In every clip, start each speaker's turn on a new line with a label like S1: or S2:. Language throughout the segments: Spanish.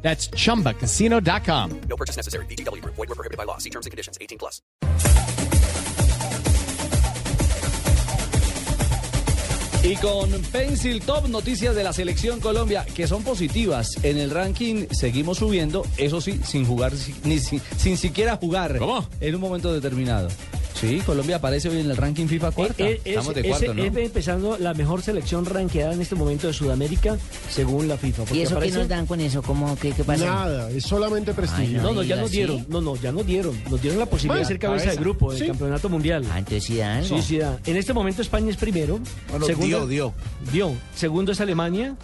S1: That's chumbacasino.com.
S2: No purchase necessary. BGW. Void were prohibited by law. See terms and conditions. 18 plus.
S3: Y con Pencil Top, noticias de la selección Colombia que son positivas. En el ranking seguimos subiendo, eso sí, sin jugar, si- ni si- sin siquiera jugar.
S1: ¿Cómo?
S3: En un momento determinado. Sí, Colombia aparece hoy en el ranking FIFA cuarta.
S4: Eh, es-
S3: Estamos de
S4: es-
S3: cuarto, ¿no?
S4: es empezando la mejor selección ranqueada en este momento de Sudamérica, según la FIFA. porque
S5: ¿Y eso qué
S4: aparece-
S5: nos dan con eso? ¿Cómo, qué, qué pasa?
S6: Nada, es solamente prestigio.
S4: No, no, ya
S5: Diga,
S4: nos
S5: ¿sí?
S4: dieron. No, no, ya nos dieron. Nos dieron la posibilidad de ser cabeza, de grupo del
S6: Sí.
S4: campeonato mundial.
S5: Ah, entonces sí da algo.
S4: Sí, sí, da. En este momento España es primero. Segundo-
S3: dio,
S4: Dio. Segundo es Alemania.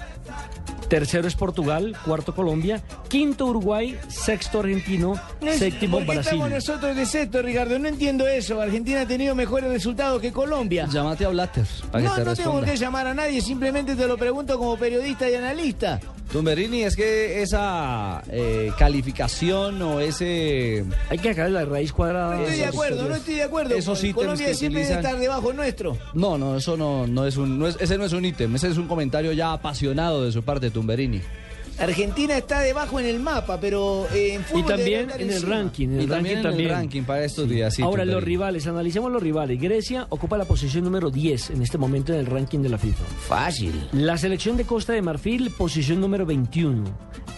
S4: Tercero es Portugal. Cuarto Colombia. Quinto Uruguay. Sexto Argentino. Séptimo Brasil.
S7: nosotros de sexto, Ricardo? No entiendo eso. Argentina ha tenido mejores resultados que Colombia.
S3: Llámate a Blatter para que te responda.
S7: llamar a nadie, simplemente te lo pregunto como periodista y analista.
S3: Tumberini, es que esa eh, calificación o ese...
S4: Hay que sacar la raíz
S3: Ah,
S4: cuadrada. de esas historias.
S7: de acuerdo.
S3: Esos ítems Colombia que siempre debe utilizan- estar
S7: debajo nuestro.
S3: No, no, eso no, no es un... no es- ese no es un ítem, ese es un comentario ya apasionado de su parte, Tumberini.
S7: Argentina está debajo en el mapa, pero eh, en
S4: Y
S7: fútbol debería
S4: también
S7: estar
S4: en el
S7: encima.
S4: ranking. En
S3: Y
S4: el
S3: también
S4: ranking
S3: en el
S4: también.
S3: ranking para estos días. sí,
S4: Ahora, los
S3: Tumberini.
S4: rivales, analicemos los rivales. Grecia ocupa la posición número 10 en este momento en el ranking de la FIFA.
S5: Fácil.
S4: La selección de Costa de Marfil, posición número 21.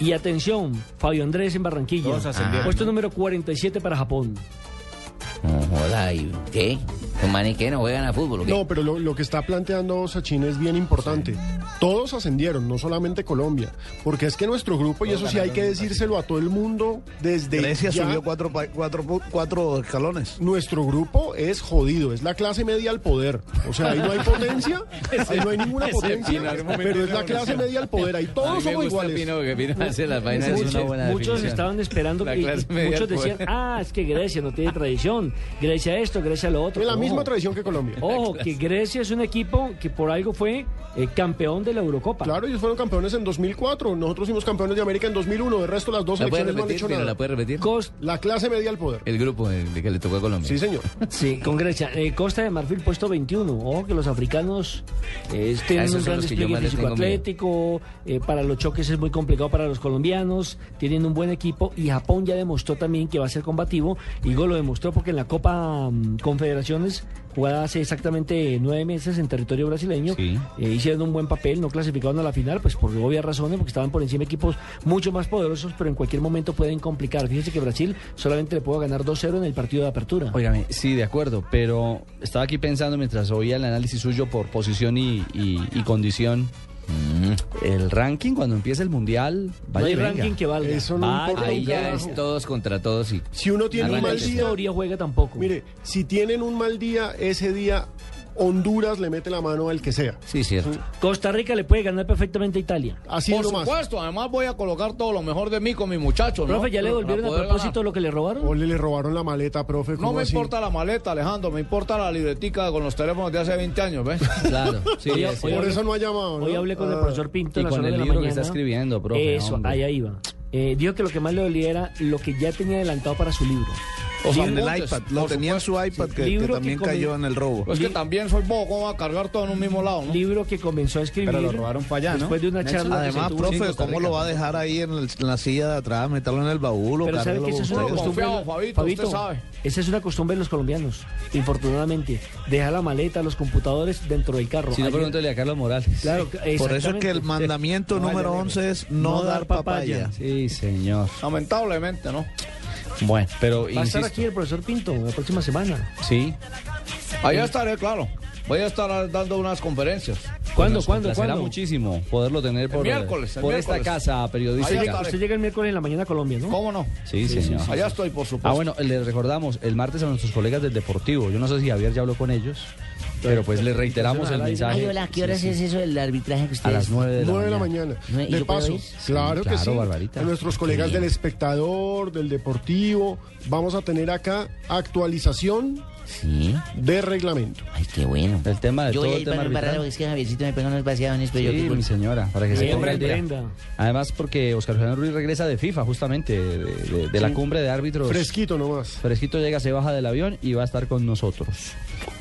S4: Y atención, Fabio Andrés en Barranquilla. Puesto número 47 para Japón.
S5: No joda, ¿y qué? ¿Los manes qué? ¿No juegan a fútbol o qué?
S6: No, pero lo, lo que está planteando Sachin es bien importante. Todos ascendieron, no solamente Colombia, porque es que nuestro grupo, y eso sí hay que decírselo a todo el mundo, desde
S8: Grecia
S6: ya,
S8: subió cuatro, pa- cuatro, pu- cuatro escalones.
S6: nuestro grupo es jodido, es la clase media al poder. O sea, ahí no hay potencia, ahí no hay ninguna potencia, pero es la clase media al poder, ahí todos somos iguales.
S3: Es una buena
S4: Muchos
S3: definición.
S4: estaban esperando, y- y muchos decían, ah, es que Grecia no tiene tradición. Grecia esto, Grecia lo otro.
S6: Tiene la
S4: No.
S6: misma tradición que Colombia.
S4: Ojo, que Grecia es un equipo que por algo fue eh, campeón de la Eurocopa.
S6: Claro, ellos fueron campeones en 2004, nosotros fuimos campeones de América en 2001, de resto las dos selecciones no han hecho nada.
S9: repetir?
S4: Cos-
S6: La clase media al poder.
S9: El grupo en el que le tocó a Colombia.
S6: Sí, señor.
S4: Sí, con Grecia. Eh, Costa de Marfil puesto 21. Ojo que los africanos eh,
S9: A
S4: tienen
S9: Ah, esos
S4: un
S9: son
S4: gran
S9: los que yo
S4: despliegue
S9: más le tengo
S4: físico-atlético. eh, para los choques es muy complicado para los colombianos. Tienen un buen equipo y Japón ya demostró también que va a ser combativo. Igo lo demostró porque en la Copa mm, Confederaciones, jugada hace exactamente nueve meses en territorio brasileño,
S9: Sí.
S4: eh, hicieron un buen papel, no clasificaron a la final, pues por obvias razones, porque estaban por encima equipos mucho más poderosos, pero en cualquier momento pueden complicar. Fíjense que Brasil solamente le pudo ganar 2-0 en el partido de apertura.
S3: Óigame, sí, de acuerdo, pero estaba aquí pensando mientras oía el análisis suyo por posición y, y- y condición. El ranking cuando empiece el mundial.
S4: No
S3: vaya y
S4: hay
S3: venga.
S4: ranking que valga.
S6: Eso no
S3: Vaya,
S6: importa.
S9: Ahí
S6: un
S9: ya
S6: carajo.
S9: es todos contra todos y
S6: Si uno tiene un
S9: Arranca
S6: mal
S9: el
S6: día,
S4: teoría juega tampoco.
S6: mire, si tienen un mal día, ese día Honduras le mete la mano al que sea.
S9: sí, cierto.
S4: Costa Rica le puede ganar perfectamente a Italia.
S6: Así
S7: Por
S6: es nomás.
S7: supuesto, además voy a colocar todo lo mejor de mí con mis muchachos. ¿no?
S4: Profe, ¿ya le
S7: Para
S4: devolvieron a
S7: poder
S4: propósito
S7: ganar.
S4: lo que le robaron?
S6: O le, le robaron la maleta, profe.
S7: No
S6: ¿cómo
S7: me
S6: así?
S7: importa la maleta, Alejandro, me importa la libretica con los teléfonos de hace 20 años, ¿ves?
S3: Claro, sí,
S4: Oye,
S3: sí.
S4: oye,
S6: Por eso no ha llamado. ¿no?
S4: Hoy hablé con el
S6: Ah,
S4: profesor Pinto
S3: y
S4: a las
S3: con el
S4: nueve de la
S3: libro que
S4: mañana.
S3: está escribiendo, profe,
S4: Eso,
S3: hombre.
S4: allá iba. Eh, dijo que lo que más le dolía era lo que ya tenía adelantado para su libro.
S8: O sea, en
S4: Libro-
S8: el iPad. Lo tenía en su iPad que, que
S4: Libro que
S8: también
S4: come-
S8: cayó en el robo.
S7: Pues que también soy bobo, ¿cómo va a cargar todo en un mismo lado, no?
S4: Libro que comenzó a escribir.
S8: Pero lo robaron para allá, ¿no?
S4: Después de una charla. que se
S8: Además,
S4: tuvo-
S8: profe, ¿cómo lo va a dejar ahí en, el- en la silla de atrás? ¿Meterlo en el baúl o
S4: Pero sabe
S8: cargarlo
S4: que esa es una
S8: con ustedes?
S4: costumbre.
S7: Confiado, Fabito, usted sabe.
S4: Esa es una costumbre de los colombianos. Infortunadamente, deja la maleta, los computadores dentro del carro.
S3: Si no,
S4: Ayer-
S3: pregúntale a Carlos Morales.
S4: Claro,
S8: Por eso es que el
S4: exactamente.
S8: mandamiento
S4: No,
S8: número
S4: vaya,
S8: 11 es no, dar papaya.
S3: Sí, señor.
S7: Lamentablemente, ¿no?
S3: Bueno, pero
S4: Va a estar
S3: insisto,
S4: aquí el profesor Pinto la próxima semana.
S3: sí.
S7: Allá estaré, claro. Voy a estar dando unas conferencias.
S4: ¿Cuándo,
S3: Nos
S4: cuándo,
S3: complacerá
S4: cuándo?
S3: muchísimo poderlo tener por,
S7: miércoles, el
S3: por esta
S7: miércoles.
S3: casa periodística.
S7: Ahí está.
S4: Usted llega el miércoles en la mañana a Colombia, ¿no?
S7: ¿Cómo no?
S3: Sí, señor.
S7: Allá estoy, por supuesto.
S3: Ah, bueno, les recordamos el martes a nuestros colegas del Deportivo. Yo no sé si Javier ya habló con ellos, Pero pues le reiteramos el
S5: Ay,
S3: mensaje.
S5: hola, Ah, ¿qué horas es eso del arbitraje que
S3: A
S5: ustedes?
S3: las 9 de la
S6: 9 de la
S3: mañana.
S6: mañana.
S5: ¿No? ¿Y
S6: De
S5: yo puedo
S6: paso,
S5: ir?
S6: claro que
S3: claro,
S6: sí.
S3: Barbarita.
S6: A nuestros
S3: Qué
S6: colegas
S3: bien.
S6: del espectador, del deportivo, vamos a tener acá actualización
S5: Sí.
S6: de reglamento.
S5: Ay, qué bueno.
S3: El tema de
S5: yo
S3: todo
S5: voy a
S3: el
S5: ir
S3: tema
S5: para no parar
S3: arbitral.
S5: porque es que Javiercito me pega unos vaciadones, pero yo
S3: Sí,
S5: qué
S3: mi
S5: culpa.
S3: señora, para que se
S4: Bien,
S3: ponga al día.
S4: Brenda.
S3: Además, porque Oscar Julián Ruiz regresa de FIFA, justamente, de, de- de la cumbre de árbitros.
S6: Fresquito nomás.
S3: Fresquito llega, se baja del avión y va a estar con nosotros.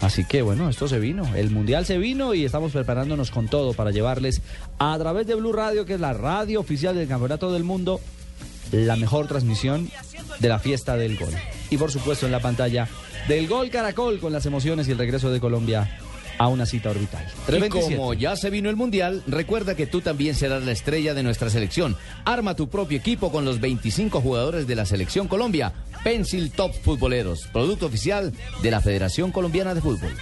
S3: Así que bueno, esto se vino. El Mundial se vino y estamos preparándonos con todo para llevarles a través de Blue Radio, que es la radio oficial del Campeonato del Mundo, la mejor transmisión de la fiesta del gol. Y por supuesto en la pantalla del Gol Caracol con las emociones y el regreso de Colombia a una cita orbital.
S10: Y
S3: 327.
S10: como ya se vino el Mundial, recuerda que tú también serás la estrella de nuestra selección. Arma tu propio equipo con los 25 jugadores de la selección Colombia. Pencil Top Futboleros, producto oficial de la Federación Colombiana de Fútbol.